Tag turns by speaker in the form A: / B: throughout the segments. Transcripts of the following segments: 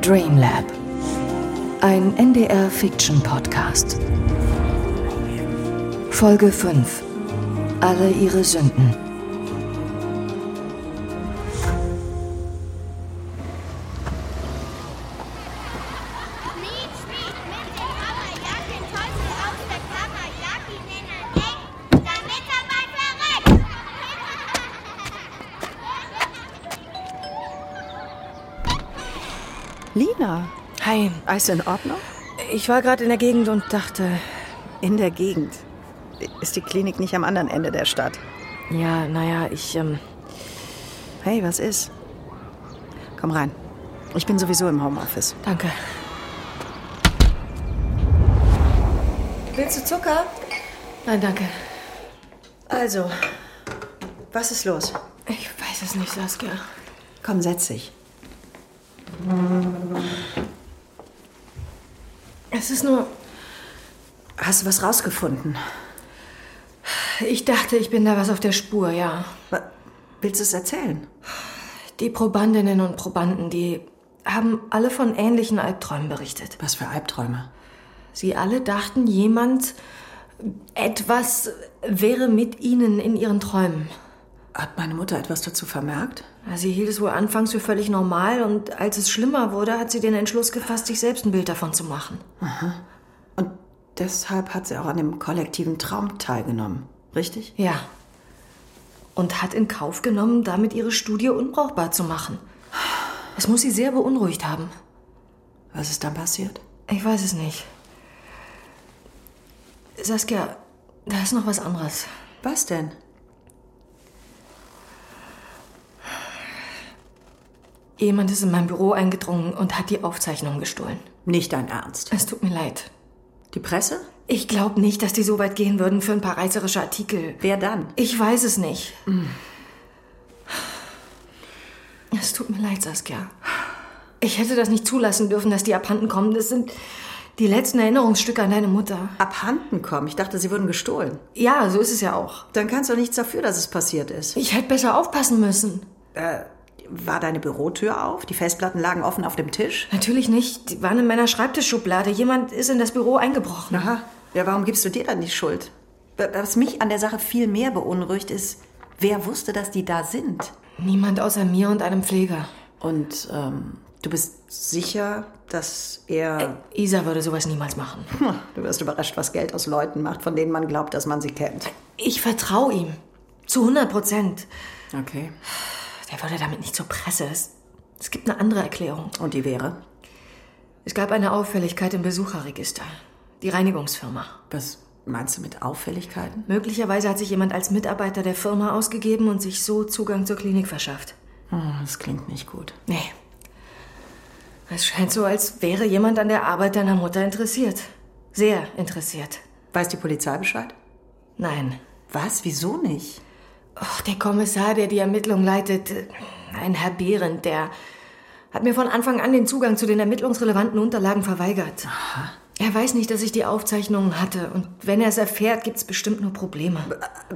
A: Dreamlab. Ein NDR Fiction Podcast. Folge 5. Alle ihre Sünden.
B: Lina,
C: Hi,
B: alles in Ordnung?
C: ich war gerade in der Gegend und dachte,
B: In der Gegend. Ist die Klinik nicht am anderen Ende der Stadt?
C: ja, naja, ich, ähm,
B: Hey, was ist? Komm rein. Ich bin sowieso im Homeoffice.
C: danke.
B: Willst du Zucker?
C: Nein, danke.
B: Also, was ist los?
C: Ich weiß es nicht, Saskia.
B: Komm, setz dich.
C: Es ist nur,
B: Hast du was rausgefunden?
C: ich dachte, ich bin da was auf der Spur, ja.
B: Wa- Willst du es erzählen?
C: Die Probandinnen und Probanden, die haben alle von ähnlichen Albträumen berichtet.
B: Was für Albträume.
C: Sie alle dachten, jemand, etwas wäre mit ihnen in ihren Träumen. Also
B: Hat meine Mutter etwas dazu vermerkt?
C: Sie hielt es wohl anfangs für völlig normal und als es schlimmer wurde, hat sie den Entschluss gefasst, sich selbst ein Bild davon zu machen.
B: Und deshalb hat sie auch an dem kollektiven Traum teilgenommen. Richtig?
C: Ja. Und hat in Kauf genommen, damit ihre Studie unbrauchbar zu machen. Es muss sie sehr beunruhigt haben.
B: Was ist dann passiert?
C: Ich weiß es nicht. Saskia, da ist noch was anderes.
B: Was denn?
C: Jemand ist in mein Büro eingedrungen und hat die Aufzeichnung gestohlen.
B: Nicht dein Ernst.
C: Es tut mir leid.
B: Die Presse?
C: Ich glaube nicht, dass die so weit gehen würden für ein paar reißerische Artikel.
B: Wer dann?
C: Ich weiß es nicht. Es tut mir leid, Saskia. Ich hätte das nicht zulassen dürfen, dass die abhanden kommen. Das sind die letzten Erinnerungsstücke an deine Mutter.
B: Abhanden kommen. Ich dachte, sie wurden gestohlen.
C: Ja, so ist es ja auch.
B: Dann kannst du nichts dafür, dass es passiert ist.
C: Ich hätte besser aufpassen müssen.
B: War deine Bürotür auf? Die Festplatten lagen offen auf dem Tisch?
C: Natürlich nicht. Die waren in meiner Schreibtischschublade. Jemand ist in das Büro eingebrochen.
B: Aha. Ja, warum gibst du dir dann die Schuld? Wa- Was mich an der Sache viel mehr beunruhigt, ist, wer wusste, dass die da sind?
C: Niemand außer mir und einem Pfleger.
B: Und ähm, du bist sicher, dass er.
C: Isa würde sowas niemals machen.
B: Hm, Du wirst überrascht, was Geld aus Leuten macht, von denen man glaubt, dass man sie kennt.
C: Ich vertraue ihm. Zu 100 Prozent.
B: Okay.
C: Der würde damit nicht zur Presse. Es, es gibt eine andere Erklärung.
B: Und die wäre?
C: Es gab eine Auffälligkeit im Besucherregister. Die Reinigungsfirma.
B: Was meinst du mit Auffälligkeiten?
C: Möglicherweise hat sich jemand als Mitarbeiter der Firma ausgegeben und sich so Zugang zur Klinik verschafft.
B: Hm, Das klingt nicht gut.
C: Nee. Es scheint so, als wäre jemand an der Arbeit deiner Mutter interessiert. Sehr interessiert.
B: Weiß die Polizei Bescheid?
C: Nein.
B: Was? Wieso nicht?
C: Och, der Kommissar, der die Ermittlung leitet, äh, ein Herr Behrendt, der hat mir von Anfang an den Zugang zu den ermittlungsrelevanten Unterlagen verweigert. Er weiß nicht, dass ich die Aufzeichnungen hatte. Und wenn er es erfährt, gibt's bestimmt nur Probleme.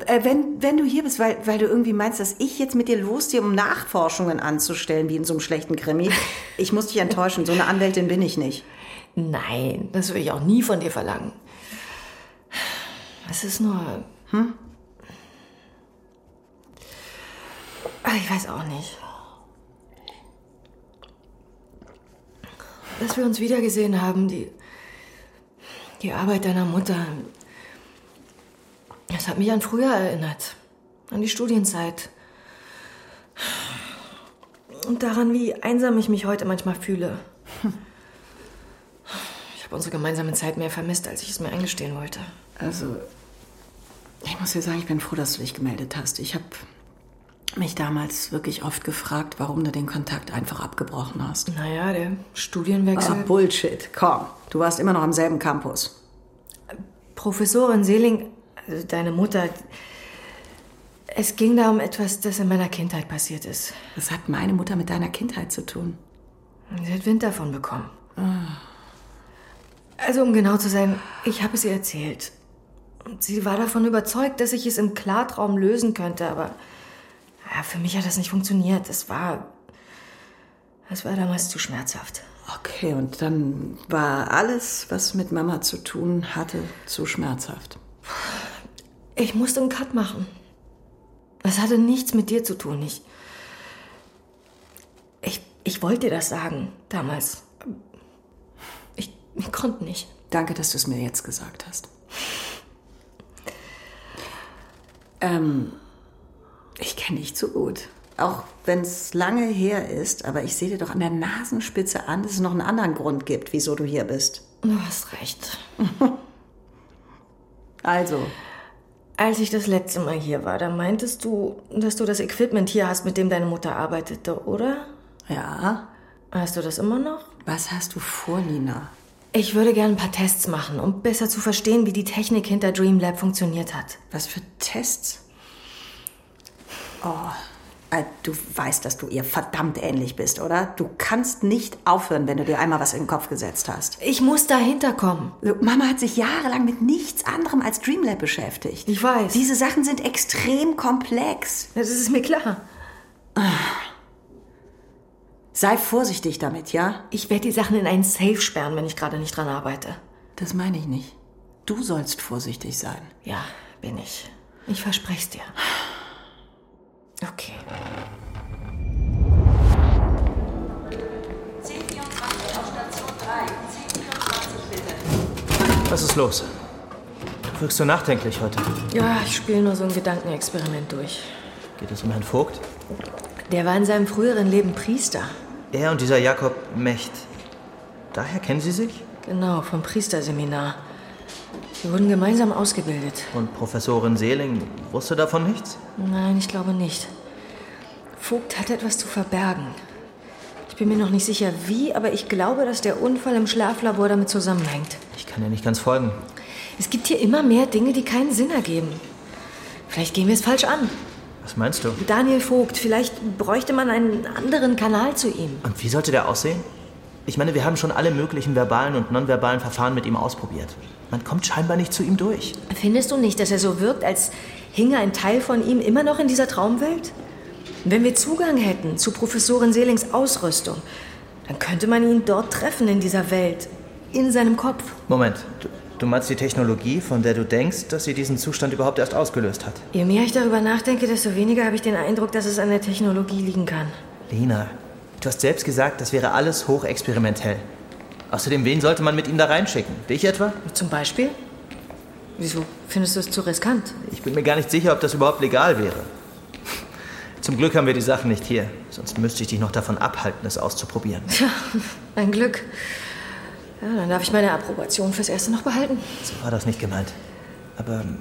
B: Äh, wenn, wenn du hier bist, weil, weil du irgendwie meinst, dass ich jetzt mit dir losziehe, um Nachforschungen anzustellen, wie in so einem schlechten Krimi. Ich muss dich enttäuschen, so eine Anwältin bin ich nicht.
C: Nein, das würde ich auch nie von dir verlangen. Es ist nur. Hm? Ah, Ich weiß auch nicht. Dass wir uns wiedergesehen haben, die. Die Arbeit deiner Mutter. Das hat mich an früher erinnert. An die Studienzeit. Und daran, wie einsam ich mich heute manchmal fühle. Ich habe unsere gemeinsame Zeit mehr vermisst, als ich es mir eingestehen wollte.
B: Also, ich muss dir sagen, ich bin froh, dass du dich gemeldet hast. Ich habe mich damals wirklich oft gefragt, warum du den Kontakt einfach abgebrochen hast.
C: Naja, der
B: Ah.
C: Studienwechsel.
B: Bullshit, komm. Du warst immer noch am selben Campus.
C: Professorin Seeling, also deine Mutter. Es ging da um etwas, das in meiner Kindheit passiert ist.
B: Das hat meine Mutter mit deiner Kindheit zu tun.
C: Sie hat Wind davon bekommen. Also, um genau zu sein, ich habe es ihr erzählt. Und sie war davon überzeugt, dass ich es im Klartraum lösen könnte, aber ja, für mich hat das nicht funktioniert. Es war. Es war damals zu schmerzhaft.
B: Okay, und dann war alles, was mit Mama zu tun hatte, zu schmerzhaft.
C: Ich musste einen Cut machen. Es hatte nichts mit dir zu tun. Ich, ich, ich wollte dir das sagen damals. Ich, ich konnte nicht.
B: Danke, dass du es mir jetzt gesagt hast. Ähm, ich kenne dich zu gut. Auch wenn es lange her ist, aber ich sehe dir doch an der Nasenspitze an, dass es noch einen anderen Grund gibt, wieso du hier bist.
C: Du hast recht.
B: Also,
C: Als ich das letzte Mal hier war, da meintest du, dass du das Equipment hier hast, mit dem deine Mutter arbeitete, oder?
B: ja,
C: Hast du das immer noch?
B: was hast du vor, Nina?
C: Ich würde gern ein paar Tests machen, um besser zu verstehen, wie die Technik hinter Dream Lab funktioniert hat.
B: Was für Tests? Oh, äh, du weißt, dass du ihr verdammt ähnlich bist, oder? Du kannst nicht aufhören, wenn du dir einmal was in den Kopf gesetzt hast.
C: Ich muss dahinter kommen.
B: Also, Mama hat sich jahrelang mit nichts anderem als Dreamlab beschäftigt.
C: Ich weiß.
B: Diese Sachen sind extrem komplex.
C: Das ist mir klar.
B: Sei vorsichtig damit, ja?
C: Ich werde die Sachen in einen Safe sperren, wenn ich gerade nicht dran arbeite.
B: Das meine ich nicht. Du sollst vorsichtig sein.
C: Ja, bin ich. Ich verspreche es dir. Okay.
D: Was ist los? Wirkst du nachdenklich heute?
C: Ja, ich spiele nur so ein Gedankenexperiment durch.
D: Geht es um Herrn Vogt?
C: Der war in seinem früheren Leben Priester.
D: Er und dieser Jakob Mecht. Daher kennen Sie sich?
C: Genau, vom Priesterseminar. Wir wurden gemeinsam ausgebildet.
D: Und Professorin Seeling wusste davon nichts?
C: Nein, ich glaube nicht. Vogt hat etwas zu verbergen. Ich bin mir noch nicht sicher wie, aber ich glaube, dass der Unfall im Schlaflabor damit zusammenhängt.
D: Ich kann dir nicht ganz folgen.
C: Es gibt hier immer mehr Dinge, die keinen Sinn ergeben. Vielleicht gehen wir es falsch an.
D: Was meinst du?
C: Daniel Vogt, vielleicht bräuchte man einen anderen Kanal zu ihm.
D: Und wie sollte der aussehen? Ich meine, wir haben schon alle möglichen verbalen und nonverbalen Verfahren mit ihm ausprobiert. Man kommt scheinbar nicht zu ihm durch.
C: Findest du nicht, dass er so wirkt, als hinge ein Teil von ihm immer noch in dieser Traumwelt? Wenn wir Zugang hätten zu Professorin Seelings Ausrüstung, dann könnte man ihn dort treffen in dieser Welt, in seinem Kopf.
D: Moment, du, du meinst die Technologie, von der du denkst, dass sie diesen Zustand überhaupt erst ausgelöst hat?
C: Je mehr ich darüber nachdenke, desto weniger habe ich den Eindruck, dass es an der Technologie liegen kann.
D: Lena, du hast selbst gesagt, das wäre alles hochexperimentell. Außerdem, wen sollte man mit ihm da reinschicken? Dich etwa?
C: Zum Beispiel? Wieso findest du es zu riskant?
D: Ich bin mir gar nicht sicher, ob das überhaupt legal wäre. Zum Glück haben wir die Sachen nicht hier. Sonst müsste ich dich noch davon abhalten, es auszuprobieren.
C: Tja, ein Glück. Ja, dann darf ich meine Approbation fürs Erste noch behalten.
D: So war das nicht gemeint. Aber ähm,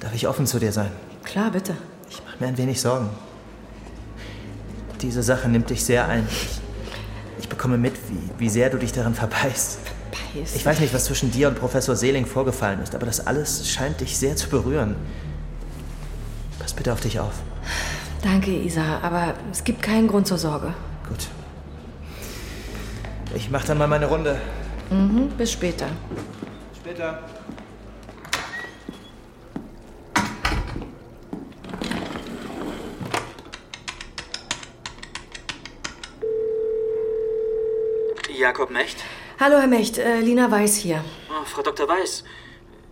D: darf ich offen zu dir sein?
C: Klar, bitte.
D: Ich mache mir ein wenig Sorgen. Diese Sache nimmt dich sehr ein. Ich, ich bekomme mit, wie, wie sehr du dich daran verbeißt.
C: Beiß.
D: Ich weiß nicht, was zwischen dir und Professor Seeling vorgefallen ist, aber das alles scheint dich sehr zu berühren. Pass bitte auf dich auf.
C: Danke, Isa, aber es gibt keinen Grund zur Sorge.
D: Gut. Ich mach dann mal meine Runde.
C: Hm, Bis später.
D: Später.
E: Jakob Mecht?
C: Hallo, Herr Mecht. Äh, Lina Weiß hier.
E: Oh, Frau Dr. Weiß,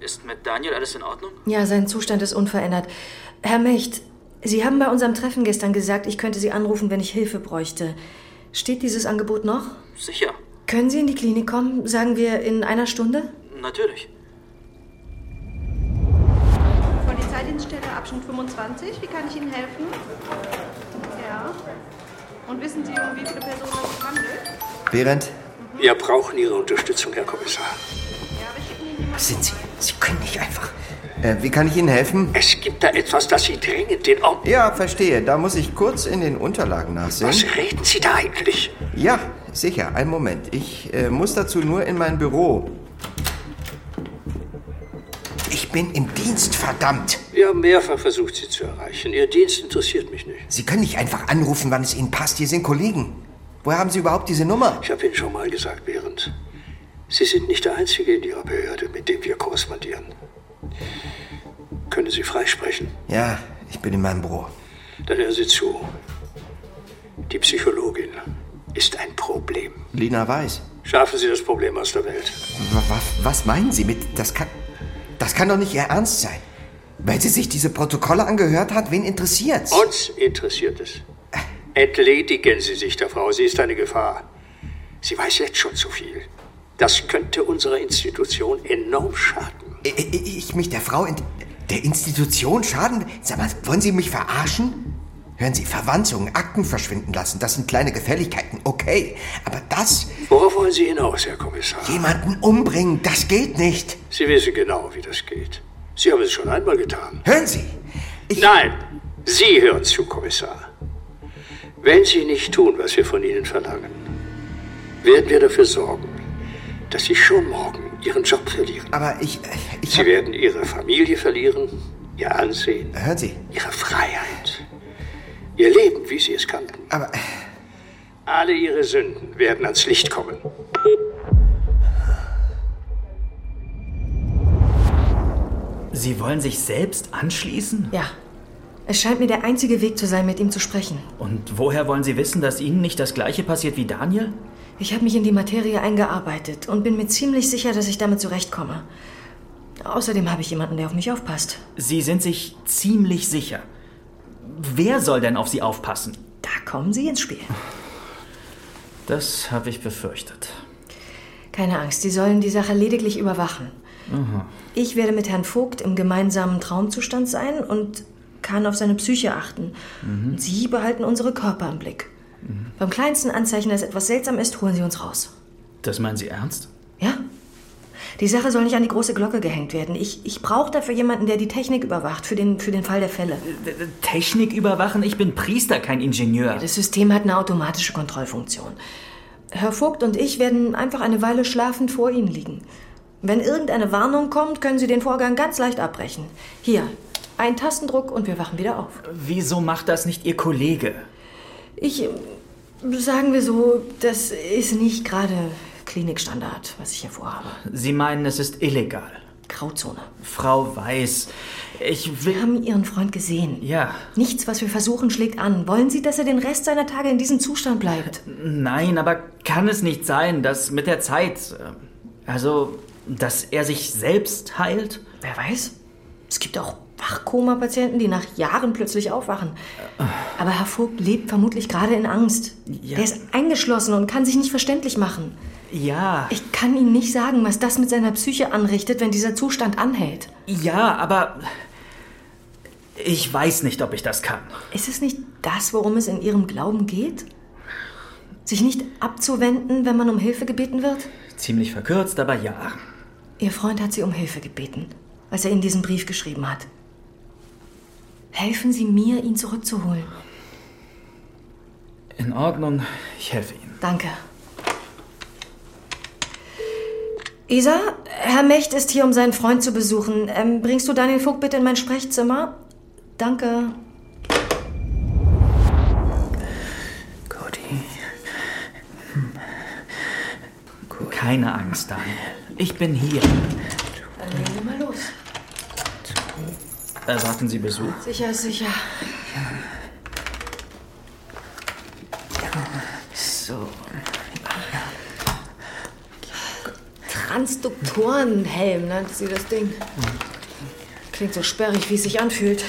E: ist mit Daniel alles in Ordnung?
C: Ja, sein Zustand ist unverändert. Herr Mecht, Sie haben bei unserem Treffen gestern gesagt, ich könnte Sie anrufen, wenn ich Hilfe bräuchte. Steht dieses Angebot noch?
E: Sicher,
C: Können Sie in die Klinik kommen, sagen wir in einer Stunde?
E: natürlich.
F: Polizeidienststelle Abschnitt 25. Wie kann ich Ihnen helfen? Ja. Und wissen Sie, um wie viele Personen es sich handelt?
G: Behrendt,
H: Wir brauchen Ihre Unterstützung, Herr Kommissar.
F: Ja, wir schicken Ihnen jemanden.
H: Was sind Sie? Sie können nicht einfach.
G: äh, wie kann ich Ihnen helfen?
H: Es gibt da etwas, das Sie dringend den Augen.
G: Ja, verstehe. Da muss ich kurz in den Unterlagen nachsehen.
H: Was reden Sie da eigentlich?
G: Ja, sicher. Einen Moment. Ich äh, muss dazu nur in mein Büro. Ich bin im Dienst, verdammt.
H: Wir haben mehrfach versucht, Sie zu erreichen. Ihr Dienst interessiert mich nicht.
G: Sie können nicht einfach anrufen, wann es Ihnen passt. Hier sind Kollegen. Woher haben Sie überhaupt diese Nummer?
H: Ich habe Ihnen schon mal gesagt, Behrendt, Sie sind nicht der Einzige in Ihrer Behörde, mit dem wir korrespondieren. Können Sie freisprechen?
G: Ja, ich bin in meinem Büro.
H: Dann hören Sie zu. Die Psychologin ist ein Problem.
G: Lina weiß.
H: Schaffen Sie das Problem aus der Welt.
G: Was, was meinen Sie mit, das kann, das kann doch nicht Ihr Ernst sein. Weil sie sich diese Protokolle angehört hat, wen interessiert's?
H: Uns interessiert es. Entledigen Sie sich der Frau, sie ist eine Gefahr. Sie weiß jetzt schon zu viel. Das könnte unserer Institution enorm schaden.
G: I- i- Ich mich der Frau, ent der Institution schaden? Sag mal, wollen Sie mich verarschen? Hören Sie, Verwanzungen, Akten verschwinden lassen, das sind kleine Gefälligkeiten, okay. Aber das,
H: Worauf wollen Sie hinaus, Herr Kommissar?
G: jemanden umbringen, das geht nicht.
H: Sie wissen genau, wie das geht. Sie haben es schon einmal getan.
G: Hören Sie, ich,
H: Nein, Sie hören zu, Kommissar. Wenn Sie nicht tun, was wir von Ihnen verlangen, werden wir dafür sorgen, dass Sie schon morgen Ihren Job verlieren.
G: aber ich, ich
H: Sie
G: hab,
H: werden Ihre Familie verlieren, Ihr Ansehen,
G: hören Sie,
H: Ihre Freiheit, Ihr Leben, wie Sie es kannten.
G: aber
H: Alle Ihre Sünden werden ans Licht kommen.
I: Sie wollen sich selbst anschließen?
C: Ja. Es scheint mir der einzige Weg zu sein, mit ihm zu sprechen.
I: Und woher wollen Sie wissen, dass Ihnen nicht das Gleiche passiert wie Daniel?
C: Ich habe mich in die Materie eingearbeitet und bin mir ziemlich sicher, dass ich damit zurechtkomme. Außerdem habe ich jemanden, der auf mich aufpasst.
I: Sie sind sich ziemlich sicher. Wer soll denn auf Sie aufpassen?
C: Da kommen Sie ins Spiel.
I: Das habe ich befürchtet.
C: Keine Angst, Sie sollen die Sache lediglich überwachen. Ich werde mit Herrn Vogt im gemeinsamen Traumzustand sein und kann auf seine Psyche achten.
I: Mhm.
C: Und Sie behalten unsere Körper im Blick. Beim kleinsten Anzeichen, dass etwas seltsam ist, holen Sie uns raus.
I: Das meinen Sie ernst?
C: Ja? Die Sache soll nicht an die große Glocke gehängt werden. Ich, ich brauche dafür jemanden, der die Technik überwacht, für den, für den Fall der Fälle.
I: Technik überwachen? Ich bin Priester, kein Ingenieur.
C: Das System hat eine automatische Kontrollfunktion. Herr Vogt und ich werden einfach eine Weile schlafend vor Ihnen liegen. Wenn irgendeine Warnung kommt, können Sie den Vorgang ganz leicht abbrechen. Hier, ein Tastendruck und wir wachen wieder auf.
I: Wieso macht das nicht Ihr Kollege?
C: Ich, ähm, sagen wir so, das ist nicht gerade Klinikstandard, was ich hier vorhabe.
I: Sie meinen, es ist illegal.
C: Grauzone.
I: Frau Weiß, ich
C: Wir
I: will.
C: haben Ihren Freund gesehen.
I: Ja,
C: Nichts, was wir versuchen, schlägt an. Wollen Sie, dass er den Rest seiner Tage in diesem Zustand bleibt?
I: nein, aber kann es nicht sein, dass mit der Zeit. äh, Also, dass er sich selbst heilt?
C: Wer weiß? Es gibt auch Wachkoma-Patienten, die nach Jahren plötzlich aufwachen. Aber Herr Vogt lebt vermutlich gerade in Angst.
I: Ja.
C: Der ist eingeschlossen und kann sich nicht verständlich machen.
I: Ja.
C: Ich kann Ihnen nicht sagen, was das mit seiner Psyche anrichtet, wenn dieser Zustand anhält.
I: Ja, aber. Ich weiß nicht, ob ich das kann.
C: Ist es nicht das, worum es in Ihrem Glauben geht? Sich nicht abzuwenden, wenn man um Hilfe gebeten wird?
I: Ziemlich verkürzt, aber ja.
C: Ihr Freund hat Sie um Hilfe gebeten, als er Ihnen diesen Brief geschrieben hat. Helfen Sie mir, ihn zurückzuholen.
I: In Ordnung, ich helfe Ihnen.
C: Danke. Isa, Herr Mecht ist hier, um seinen Freund zu besuchen. Ähm, bringst du Daniel Vogt bitte in mein Sprechzimmer? Danke.
I: Cody. Keine Angst, Daniel. Ich bin hier.
C: Dann legen wir mal los.
I: Erwarten Sie Besuch?
C: Sicher, sicher.
I: So.
C: Transduktorenhelm nannte sie das Ding. Klingt so sperrig, wie es sich anfühlt.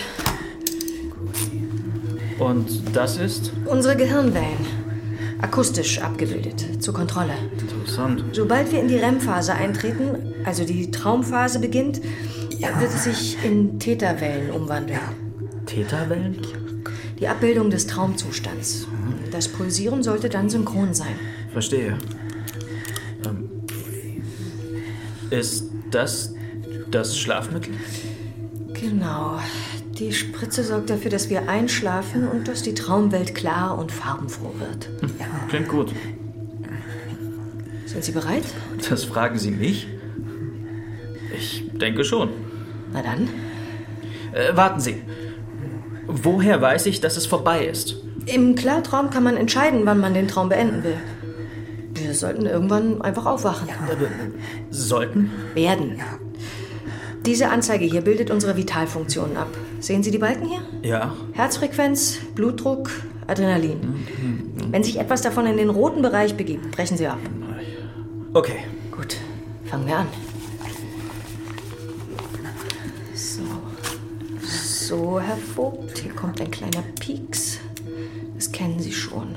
I: Und das ist?
C: Unsere Gehirnwellen. Akustisch abgebildet, zur Kontrolle.
I: Interessant.
C: Sobald wir in die REM-Phase eintreten, also die Traumphase beginnt, wird es sich in Täterwellen umwandeln.
I: Täterwellen?
C: Die Abbildung des Traumzustands. Das Pulsieren sollte dann synchron sein.
I: Verstehe. Ähm, ist das das Schlafmittel?
C: Genau. Die Spritze sorgt dafür, dass wir einschlafen und dass die Traumwelt klar und farbenfroh wird.
I: Klingt gut.
C: Sind Sie bereit?
I: Das fragen Sie mich? Ich denke schon.
C: Na dann.
I: Äh, warten Sie. Woher weiß ich, dass es vorbei ist?
C: Im Klartraum kann man entscheiden, wann man den Traum beenden will. Wir sollten irgendwann einfach aufwachen.
I: Äh, Sollten?
C: Werden. Diese Anzeige hier bildet unsere Vitalfunktionen ab. Sehen Sie die Balken hier?
I: Ja.
C: Herzfrequenz, Blutdruck, Adrenalin. Wenn sich etwas davon in den roten Bereich begibt, brechen Sie ab.
I: Okay.
C: Gut, fangen wir an. So. So, Herr Vogt, hier kommt ein kleiner Pieks. Das kennen Sie schon.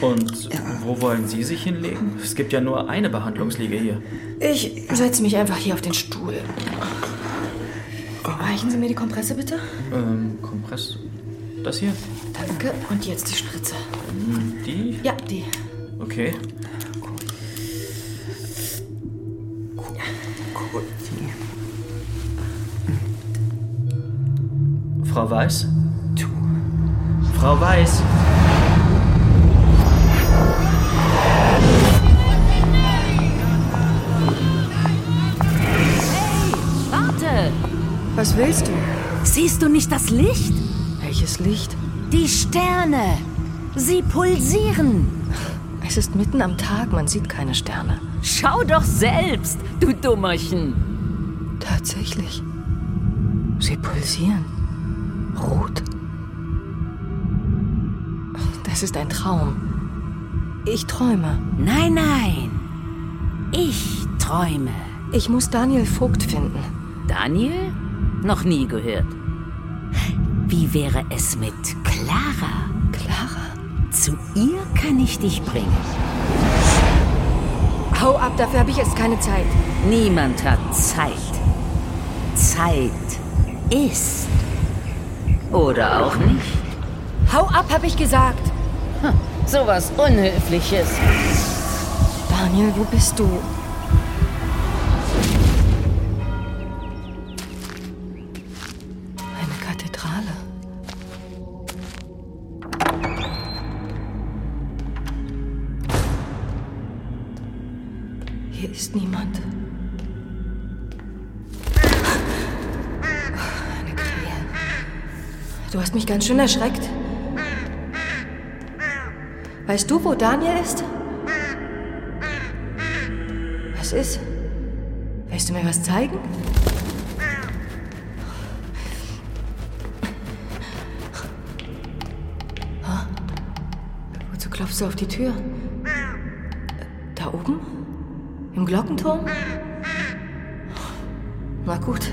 I: Und wo wollen Sie sich hinlegen? Es gibt ja nur eine Behandlungsliege hier.
C: Ich setze mich einfach hier auf den Stuhl. Reichen Sie mir die Kompresse bitte?
I: Ähm, Kompress. Das hier?
C: Danke. Und jetzt die Spritze.
I: Die?
C: Ja, die.
I: Okay. Frau Weiß? Frau Weiß?
B: Warte!
C: Was willst du?
B: Siehst du nicht das Licht?
C: Welches Licht?
B: Die Sterne! Sie pulsieren!
C: Es ist mitten am Tag, man sieht keine Sterne.
B: Schau doch selbst, du Dummerchen!
C: Tatsächlich. Sie pulsieren. Rot. Das ist ein Traum. Ich träume.
B: Nein, nein! Ich träume.
C: Ich muss Daniel Vogt finden.
B: Daniel? Noch nie gehört. Wie wäre es mit Clara?
C: Clara.
B: Zu ihr kann ich dich bringen.
C: Hau ab, dafür habe ich jetzt keine Zeit.
B: Niemand hat Zeit. Zeit ist. Oder auch nicht.
C: Hau ab, habe ich gesagt.
B: Sowas Unhöfliches.
C: Daniel, wo bist du? Eine Kathedrale. Hier ist niemand. Eine Krähe. Du hast mich ganz schön erschreckt. Weißt du, wo Daniel ist? Was ist? Willst du mir was zeigen? Hä? Wozu klopfst du auf die Tür? Da oben? Im Glockenturm? Na gut.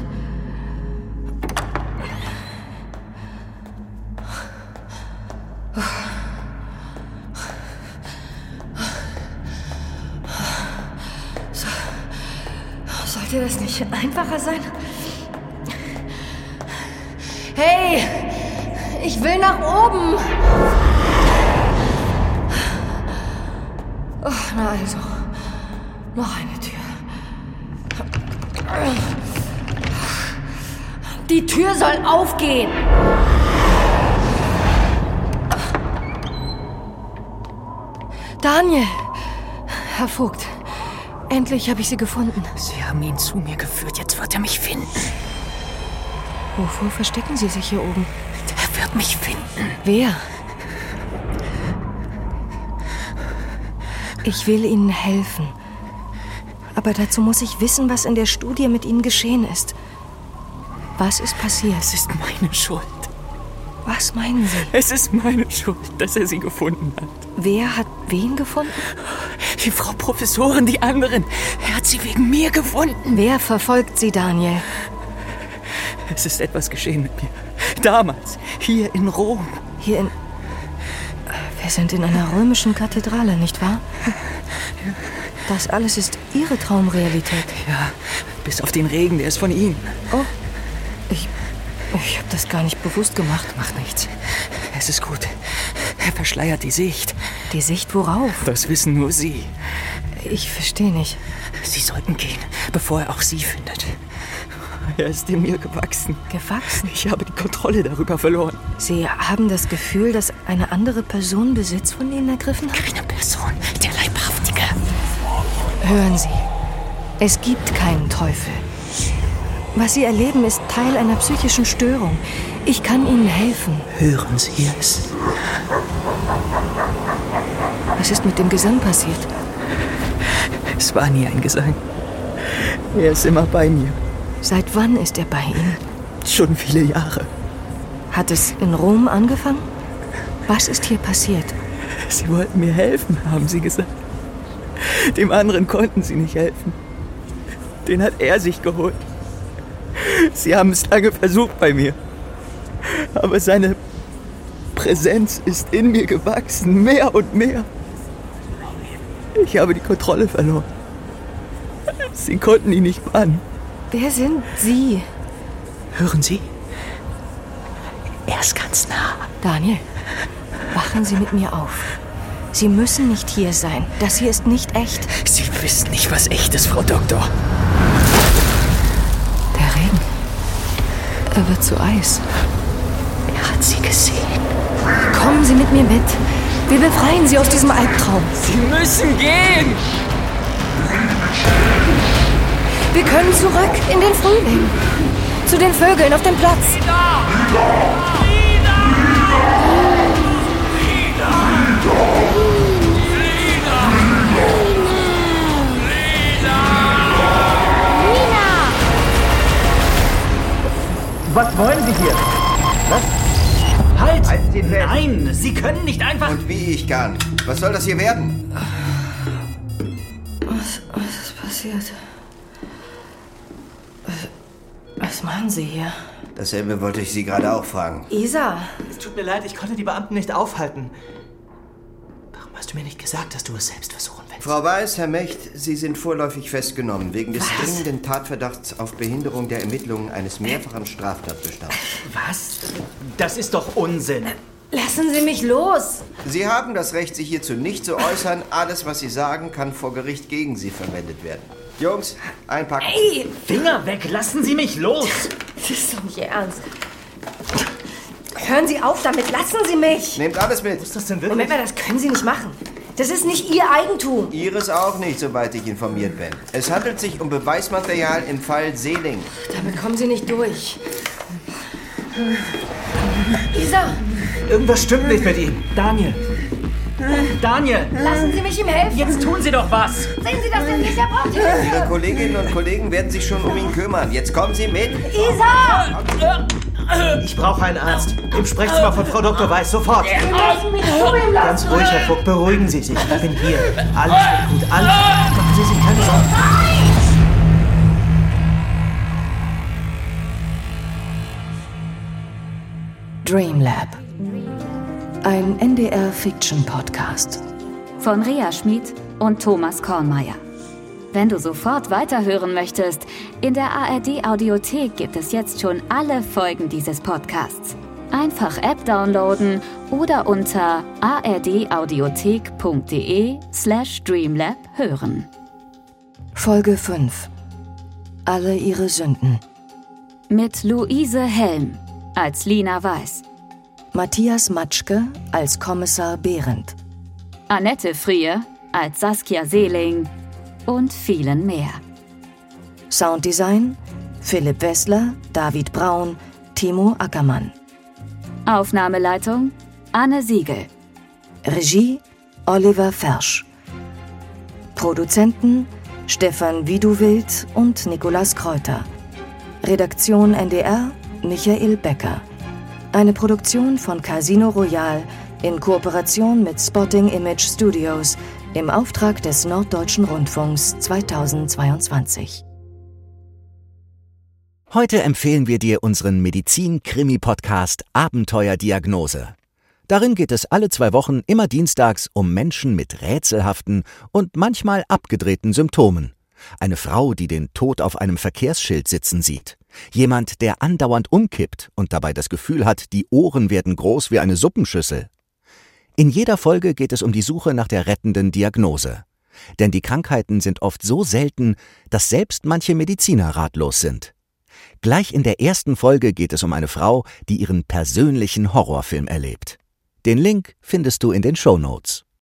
C: Sollte das nicht einfacher sein? Hey! Ich will nach oben! Oh, na also. Noch eine Tür. Die Tür soll aufgehen! Daniel! Herr Vogt, endlich habe ich Sie gefunden.
G: Sie haben ihn zu mir geführt, jetzt wird er mich finden.
C: Wovor verstecken Sie sich hier oben?
G: Er wird mich finden.
C: Wer? Ich will Ihnen helfen. Aber dazu muss ich wissen, was in der Studie mit Ihnen geschehen ist. Was ist passiert?
G: Es ist meine Schuld.
C: Was meinen Sie?
G: Es ist meine Schuld, dass er sie gefunden hat.
C: Wer hat wen gefunden?
G: Die Frau Professorin, die anderen. Er hat sie wegen mir gefunden.
C: Wer verfolgt Sie, Daniel?
G: Es ist etwas geschehen mit mir. Damals, hier in Rom.
C: Hier in... Wir sind in einer römischen Kathedrale, nicht wahr? Das alles ist Ihre Traumrealität.
G: Ja, bis auf den Regen, der ist von ihm.
C: Oh, ich... Ich habe das gar nicht bewusst gemacht.
G: Macht nichts. Es ist gut. Er verschleiert die Sicht.
C: Die Sicht worauf?
G: Das wissen nur Sie.
C: Ich verstehe nicht.
G: Sie sollten gehen, bevor er auch Sie findet. Er ist in mir gewachsen.
C: Gewachsen?
G: Ich habe die Kontrolle darüber verloren.
C: Sie haben das Gefühl, dass eine andere Person Besitz von Ihnen ergriffen hat?
G: Keine Person, der Leibhaftige.
C: Hören Sie, es gibt keinen Teufel. Was Sie erleben, ist Teil einer psychischen Störung. Ich kann Ihnen helfen.
G: Hören Sie es?
C: Was ist mit dem Gesang passiert?
G: Es war nie ein Gesang. Er ist immer bei mir.
C: Seit wann ist er bei Ihnen?
J: Schon viele Jahre.
K: Hat es in Rom angefangen? Was ist hier passiert?
J: Sie wollten mir helfen, haben sie gesagt. Dem anderen konnten sie nicht helfen. Den hat er sich geholt. Sie haben es lange versucht bei mir. Aber seine Präsenz ist in mir gewachsen, mehr und mehr. Ich habe die Kontrolle verloren. Sie konnten ihn nicht bannen.
K: Wer sind Sie?
J: Hören Sie? Er ist ganz nah.
K: Daniel, wachen Sie mit mir auf. Sie müssen nicht hier sein. Das hier ist nicht echt.
J: Sie wissen nicht, was echt ist, Frau Doktor.
K: Der Regen. Er wird zu Eis.
J: Er hat Sie gesehen.
K: Kommen Sie mit mir mit. Wir befreien Sie aus diesem Albtraum.
J: Sie müssen gehen.
K: Wir können zurück in den Frühling. Zu den Vögeln auf dem Platz.
L: Was wollen Sie hier? Was? Halt!
G: Halt den Fest.
L: Nein, Sie können nicht einfach.
G: Und wie ich kann. Was soll das hier werden?
K: Was, was ist passiert? Was machen Sie hier?
G: Dasselbe wollte ich Sie gerade auch fragen.
K: Isa,
B: Es tut mir leid, ich konnte die Beamten nicht aufhalten. Warum hast du mir nicht gesagt, dass du es selbst versuchen willst?
G: Frau Weiß, Herr Mecht, Sie sind vorläufig festgenommen wegen des dringenden Tatverdachts auf Behinderung der Ermittlungen eines mehrfachen Straftatbestands.
L: Was? Das ist doch Unsinn.
K: lassen Sie mich los.
G: Sie haben das Recht, sich hierzu nicht zu äußern. Alles, was Sie sagen, kann vor Gericht gegen Sie verwendet werden. Jungs, einpacken.
K: Ey,
L: Finger weg, lassen Sie mich los!
K: das ist doch nicht Ihr Ernst. Hören Sie auf damit, lassen Sie mich.
G: Nehmt alles mit.
B: Ist das denn wirklich?
K: Moment mal, das können Sie nicht machen. Das ist nicht Ihr Eigentum.
G: Ihres auch nicht, soweit ich informiert bin. Es handelt sich um Beweismaterial im Fall Seeling.
K: Damit kommen Sie nicht durch. Isa,
B: Irgendwas stimmt nicht mit ihm.
L: Daniel! Daniel!
K: lassen Sie mich ihm helfen.
L: Jetzt tun Sie doch was!
M: Sehen Sie das denn nicht? Er braucht Hilfe.
G: Ihre Kolleginnen und Kollegen werden sich schon um ihn kümmern. Jetzt kommen Sie mit.
M: Isa!
B: Ich brauche einen Arzt. Im Sprechzimmer von Frau Dr. Weiß, sofort.
M: Wir müssen mich zu ihm
B: Ganz
M: lassen.
B: ruhig, Herr Vogt, beruhigen Sie sich. Ich bin hier. Alles wird gut, alles wird gut. Machen Sie sich keine Sorgen.
C: Dreamlab. Ein NDR Fiction Podcast.
I: Von Rea Schmid und Thomas Kornmeier. Wenn du sofort weiterhören möchtest, in der ARD Audiothek gibt es jetzt schon alle Folgen dieses Podcasts. Einfach App downloaden oder unter ardaudiothek.de slash dreamlab hören.
C: Folge 5. Alle ihre Sünden.
I: Mit Luise Helm als Lina Weiß,
C: Matthias Matschke als Kommissar Behrendt.
I: Annette Frier als Saskia Seeling und vielen mehr.
C: Sounddesign Philipp Wessler, David Braun, Timo Ackermann.
I: Aufnahmeleitung Anne Siegel.
C: Regie Oliver Fersch. Produzenten Stefan Widuwild und Nikolaus Kräuter. Redaktion NDR Michael Becker. Eine Produktion von Casino Royal in Kooperation mit Spotting Image Studios im Auftrag des Norddeutschen Rundfunks 2022.
D: Heute empfehlen wir dir unseren Medizin-Krimi-Podcast Abenteuerdiagnose. Darin geht es alle zwei Wochen immer dienstags um Menschen mit rätselhaften und manchmal abgedrehten Symptomen. Eine Frau, die den Tod auf einem Verkehrsschild sitzen sieht. Jemand, der andauernd umkippt und dabei das Gefühl hat, die Ohren werden groß wie eine Suppenschüssel. In jeder Folge geht es um die Suche nach der rettenden Diagnose. Denn die Krankheiten sind oft so selten, dass selbst manche Mediziner ratlos sind. Gleich in der ersten Folge geht es um eine Frau, die ihren persönlichen Horrorfilm erlebt. Den Link findest du in den Shownotes.